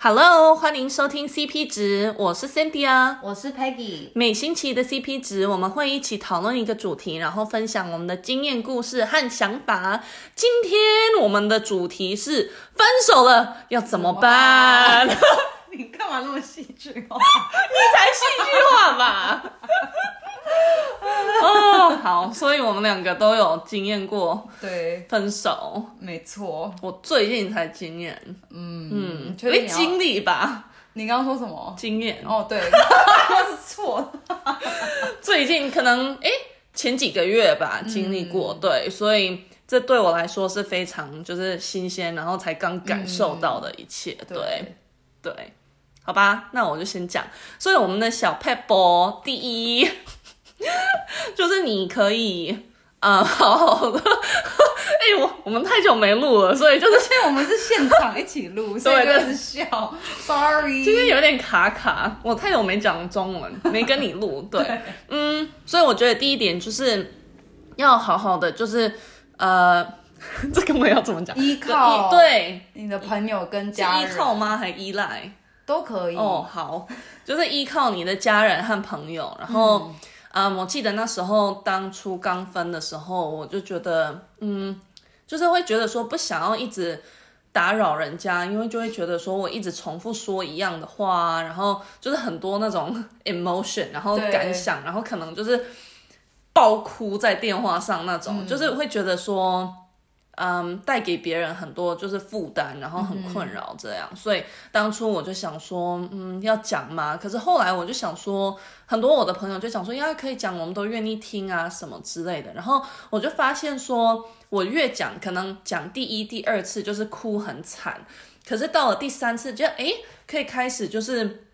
Hello，欢迎收听 CP 值，我是 Cynthia。我是 Peggy，每星期的 CP 值，我们会一起讨论一个主题，然后分享我们的经验、故事和想法。今天我们的主题是分手了要怎么办？你你干嘛那么哦戏剧化？才戏剧化吧？ 哦，好，所以我们两个都有经验过 对，分手，没错，我最近才经验，嗯，你确哎，定你要？经历吧，你刚刚说什么？经验。哦，对，那 是错的。最近可能诶前几个月吧经历过，对，所以这对我来说是非常就是新鲜，然后才刚感受到的一切，嗯对，对，好吧，那我就先讲。所以我们的小 pebble 第一 就是你可以。嗯，好好 的。哎、我我们太久没录了，所以就是所以我们是现场一起录，所以就一直笑。Sorry，今天有点卡卡，我太久没讲中 文，没跟你录。对，嗯，所以我觉得第一点就是要好好的，就是呃， 这个我要怎么讲？依靠对，你的朋友跟是家依人嗯靠吗？还依赖？都可以。哦，好，就是依靠你的家人和朋友。然后，嗯，我记得那时候当初刚分的时候，我就觉得，嗯，就是会觉得说不想要一直打扰人家，因为就会觉得说我一直重复说一样的话啊，然后就是很多那种 emotion，然后对感想，然后可能就是爆哭在电话上那种，就是会觉得说。嗯，带给别人很多就是负担，然后很困扰这样，所以当初我就想说，嗯，要讲嘛。可是后来我就想说，很多我的朋友就想说，呀，可以讲，我们都愿意听啊，什么之类的。然后我就发现说，我越讲，可能讲第一、第二次就是哭很惨，可是到了第三次就，诶，可以开始就是。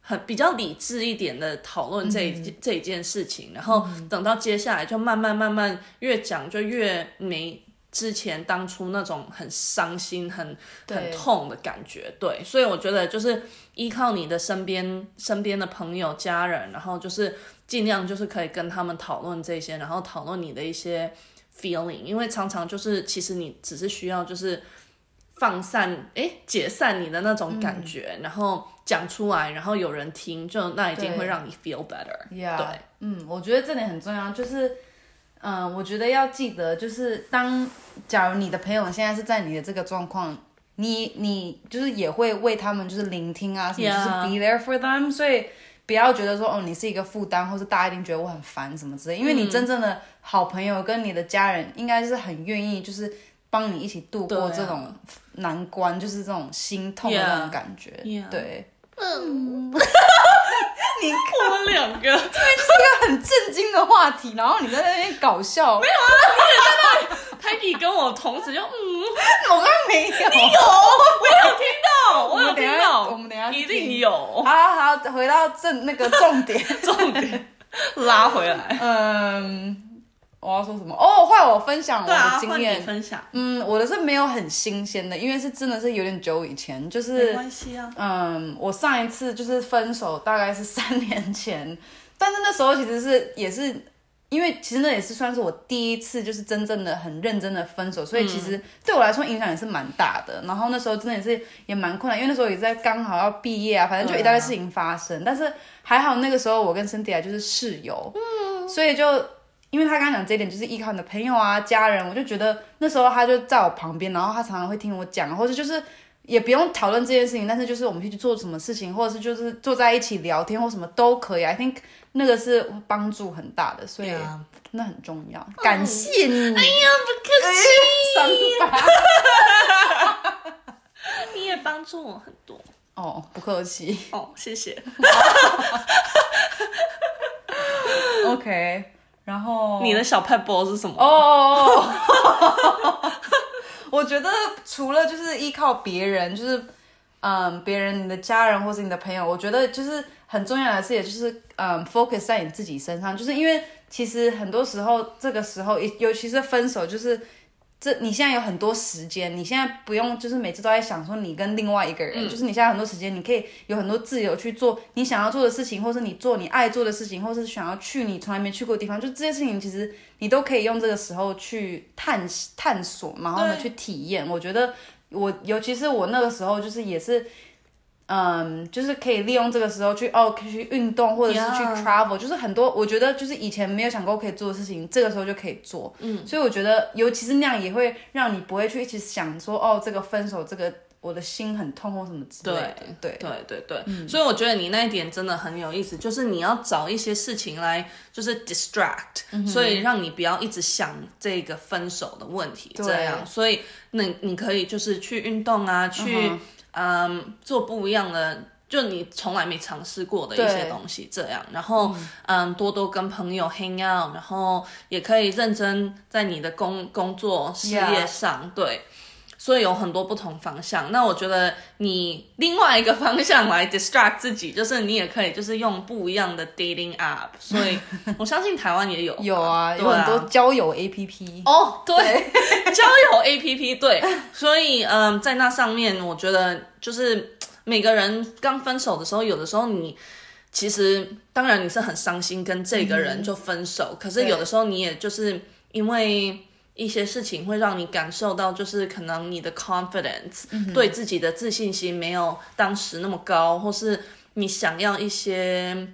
很比较理智一点的讨论这一、这一件事情，然后等到接下来就慢慢慢慢越讲就越没之前当初那种很伤心、很很对痛的感觉。对，所以我觉得就是依靠你的身边身边的朋友、家人，然后就是尽量就是可以跟他们讨论这些，然后讨论你的一些 feeling，因为常常就是其实你只是需要就是放散，诶，解散你的那种感觉，然后讲出来，然后有人听，就那一定对会让你 feel better。 Yeah，对嗯，我觉得这点很重要，就是，嗯、我觉得要记得，就是当假如你的朋友现在是在你的这个状况，你你就是也会为他们就是聆听啊什么 Yeah 就是 be there for them，所以不要觉得说哦你是一个负担，或是大家一定觉得我很烦什么之类，因为你真正的好朋友跟你的家人应该是很愿意就是帮你一起度对啊过这种难关，就是这种心痛的那种感觉 Yeah 对， 我们两个很震惊的话题，然后你在那边搞笑， ，Peggy 跟我同时就嗯， 我刚刚没有。哦，我有等一听下到，我们等一下一听定有好好，回到正那个 重点。重点拉回来。嗯，我要说什么？哦，换我分享我对啊，的换经你验。分享，嗯，我的是没有很新鲜的，因为是真的是有点久以前，就没是关系啊。嗯，我上一次就是分手，大概是三年前， 但是那时候其实是也是因为其实那也是算是我第一次就是真正的很认真的分手，所以其实对我来说影响也是蛮大的。然后那时候真的也是也蛮困难，因为那时候也在刚好要毕业啊，反正就一大堆事情发生。但是还好那个时候我跟森迪啊就是室友，嗯，所以就。因为他刚刚讲这一点，就是依靠你的朋友啊、家人，我就觉得那时候他就在我旁边，然后他常常会听我讲，或者就是也不用讨论这件事情，但是就是我们去做什么事情，或者是就是坐在一起聊天或什么都可以。I 啊 think 那个是帮助很大的，所以 Yeah 那很重要。感谢你，哎呀，不三客气，八你也帮助我很多哦，不客气。哦，谢谢。 OK，然后你的小 pebble 是什么？哦哦，哦 我觉得除了就是依靠别人，就是嗯，别人、你的家人或是你的朋友，我觉得就是很重要的事，也就是嗯，focus 在你自己身上，就是因为其实很多时候这个时候，尤其是分手，就是。这你现在有很多时间，你现在不用就是每次都在想说你跟另外一个人，就是你现在很多时间，你可以有很多自由去做你想要做的事情，或是你做你爱做的事情，或是想要去你从来没去过的地方，就这些事情其实你都可以用这个时候去探探索，然后呢对去体验。我觉得我尤其是我那个时候就是也是嗯，就是可以利用这个时候去哦，可以去运动或者是去 Yeah travel，、就是很多我觉得就是以前没有想过可以做的事情，这个时候就可以做。嗯，所以我觉得，尤其是那样也会让你不会去一直想说哦，这个分手，这个我的心很痛或什么之类的。对，对嗯对对，所以我觉得你那一点真的很有意思，就是你要找一些事情来就是 distract，、所以让你不要一直想这个分手的问题，对这样，所以你你可以就是去运动啊，去嗯做不一样的。就你从来没尝试过的一些对东西，这样，然后嗯，多多跟朋友 hang out，然后也可以认真在你的工工作事业 Yeah 上对，所以有很多不同方向。那我觉得你另外一个方向来 distract 自己，就是你也可以就是用不一样的 dating app，所 以我相信台湾也有有啊，对有很多交友 APP。哦，对， 交友 A P P 对，所以嗯，在那上面，我觉得就是每个人刚分手的时候，有的时候你其实当然你是很伤心跟这个人就分手，可是有的时候你也就是因为。一些事情会让你感受到，就是可能你的 confidence、对自己的自信心没有当时那么高，或是你想要一些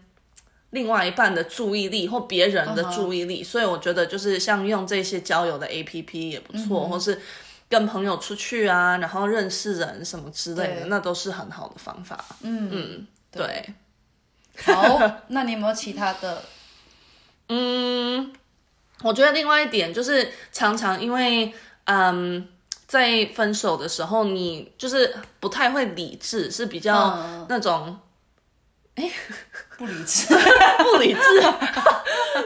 另外一半的注意力或别人的注意啊力所以我觉得就是像用这些交友的 A P P 也不嗯错或是跟朋友出去啊，然后认识人什么之类的，对那都是很好的方法。嗯对，好，那你有没有其他的？嗯，我觉得另外一点就是常常因为嗯。在分手的时候，你就是不太会理智，是比较嗯那种不理智，不理智，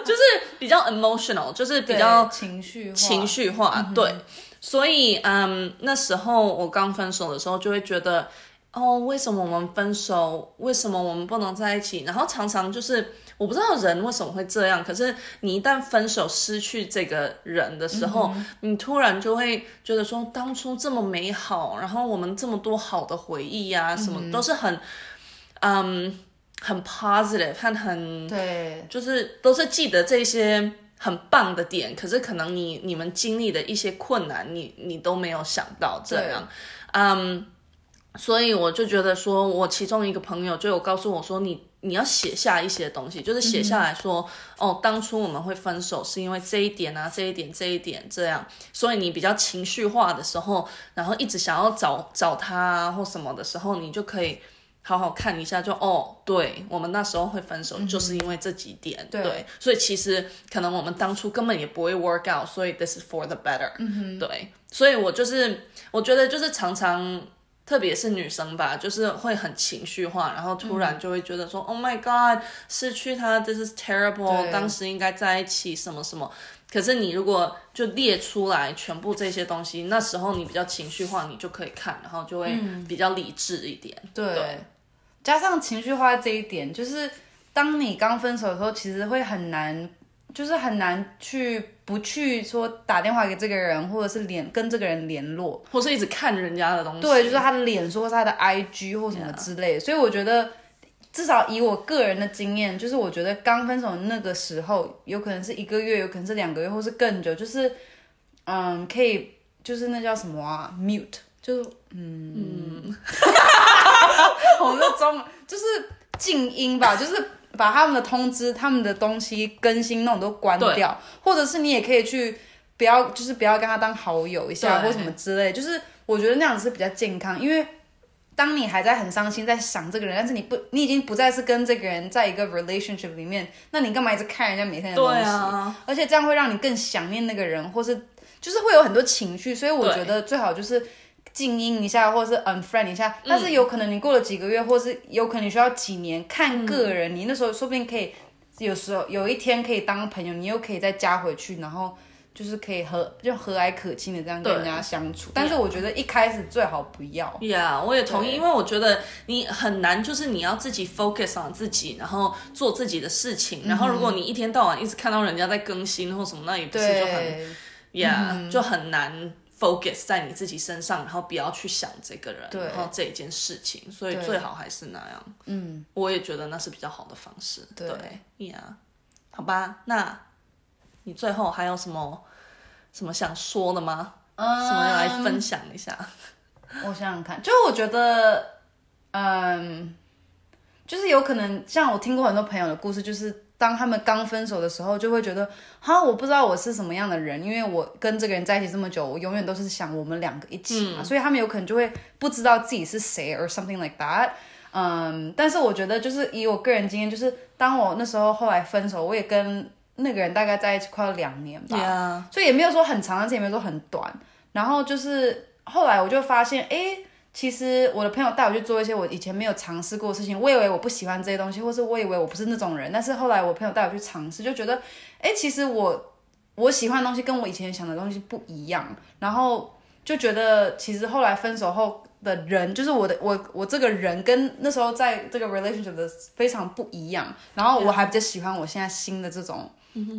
就是比较 emotional，就是 比比较情绪化，情绪化，对。所以，嗯，那时候我刚分手的时候，就会觉得，哦，为什么我们分手？为什么我们不能在一起？然后常常就是，我不知道人为什么会这样。可是你一旦分手，失去这个人的时候，你突然就会觉得说，当初这么美好，然后我们这么多好的回忆呀、什么、都是很，嗯，很 positive 和很对，就是都是记得这些很棒的点，可是可能你你们经历的一些困难，你你都没有想到这样，嗯所以我就觉得说，我其中一个朋友就有告诉我说你，你要写下一些东西，就是写下来说，哦，当初我们会分手是因为这一点啊，这一点，这一点这样，所以你比较情绪化的时候，然后一直想要找找他啊或什么的时候，你就可以。好好看一下就，哦，对我们那时候会分手，就是因为这几点、嗯对对，所以其实可能我们当初根本也不会 work out，所以 this is for the better，、嗯、对，所以我就是我觉得就是常常特别是女生吧，就是会很情绪化，然后突嗯然就会觉得说、o h my God，失去他，this is terrible，对当时应该在一起，什么什么。可是你如果就列出来全部这些东西，那时候你比较情绪化，你就可以看，然后就会嗯比较理智一点。对，加上情绪化这一点，就是当你刚分手的时候，其实会很难，就是很难去不去说打电话给这个人，或者是联跟这个人联络。或是一直看人家的东西。对，就是他的脸书或是他的 IG 或什么之类的所以我觉得。至少以我个人的经验，就是我觉得刚分手那个时候，有可能是一个月，有可能是两个月，或是更久，就是嗯，可以就是那叫什么啊，mute，就是嗯嗯 我们的中文就是静音吧，就是把他们的通知、他们的东西更新那种都关掉，或者是你也可以去不要，就是不要跟他当好友一下对或什么之类，就是我觉得那样子是比较健康，因为。当你还在很伤心，在想这个人，但是你不，你已经不再是跟这个人在一个 relationship 里面，那你干嘛一直看人家每天的东对西？啊，而且这样会让你更想念那个人，或是就是会有很多情绪，所以我对觉得最好就是静音一下，或是 unfriend 一下。嗯但是有可能你过了几个月，或是有可能你需要几年，看个人，你那时候说不定可以，有时候有一天可以当朋友，你又可以再加回去，然后。就是可以和就和蔼可亲的这样跟人家相处，但是我觉得一开始最好不要。 Yeah，我也同意，对因为我觉得你很难，就是你要自己 focus on 自己，然后做自己的事嗯情。然后如果你一天到晚一直看到人家在更新或什么，那也不是就很对，嗯 Yeah，、就很难 focus 在你自己身上，然后不要去想这个人，对然后这一件事情。所以对最好还是那样。嗯，我也觉得那是比较好的方式。对对，Yeah，好吧，那你最后还有什么什么想说的吗？嗯什么来分享一下？我想想看，就我觉得嗯，就是有可能像我听过很多朋友的故事，就是当他们刚分手的时候，就会觉得哈，我不知道我是什么样的人，因为我跟这个人在一起这么久，我永远都是想我们两个一起嘛，所以他们有可能就会不知道自己是谁，or something like that。嗯，但是我觉得就是以我个人经验，就是当我那时候后来分手，我也跟那个人大概在一起快要两年吧。 Yeah，所以也没有说很长，但是也没有说很短。然后就是后来我就发现，哎，其实我的朋友带我去做一些我以前没有尝试过的事情。我以为我不喜欢这些东西，或是我以为我不是那种人，但是后来我朋友带我去尝试，就觉得，哎，其实我我喜欢的东西跟我以前想的东西不一样。然后就觉得，其实后来分手后。的人就是我的我我这个人跟那时候在这个 relationship 的非常不一样，然后我还比较喜欢我现在新的这种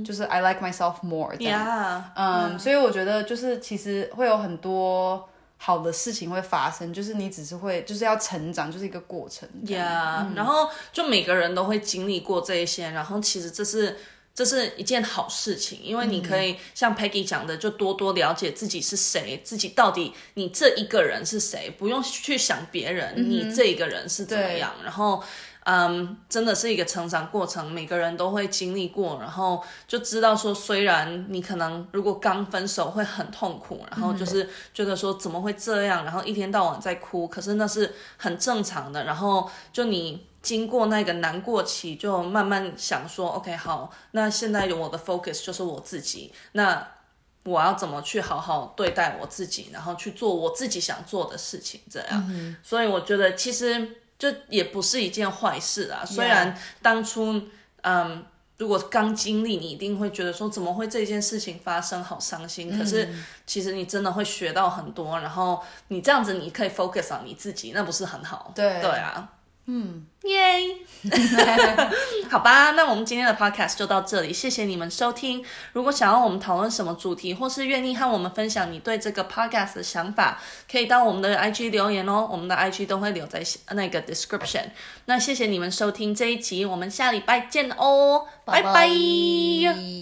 就是 I like myself more 这样 yeah，嗯，所以我觉得就是其实会有很多好的事情会发生，就是你只是会就是要成长，就是一个过程。这样嗯 Yeah，、然后就每个人都会经历过这一些，然后其实这是这是一件好事情，因为你可嗯以像 Peggy 讲的，就多多了解自己是谁，自己到底你这一个人是谁，不用去想别人，你这一个人是怎么样，然后。嗯，真的是一个成长过程，每个人都会经历过，然后就知道说，虽然你可能如果刚分手会很痛苦，然后就是觉得说怎么会这样，然后一天到晚在哭，可是那是很正常的。然后就你经过那个难过期，就慢慢想说，OK，好，那现在有我的 focus 就是我自己，那我要怎么去好好对待我自己，然后去做我自己想做的事情，这样。所以我觉得其实这也不是一件坏事啊。虽然当初，嗯，如果刚经历，你一定会觉得说怎么会这件事情发生，好伤心。可是其实你真的会学到很多，然后你这样子你可以 focus on 你自己，那不是很好？对对啊。嗯，耶！ 好吧，那我们今天的 podcast 就到这里，谢谢你们收听。如果想要我们讨论什么主题，或是愿意和我们分享你对这个 podcast 的想法，可以到我们的 IG 留言哦，我们的 IG 都会留在那个 description。那谢谢你们收听这一集，我们下礼拜见哦，拜拜拜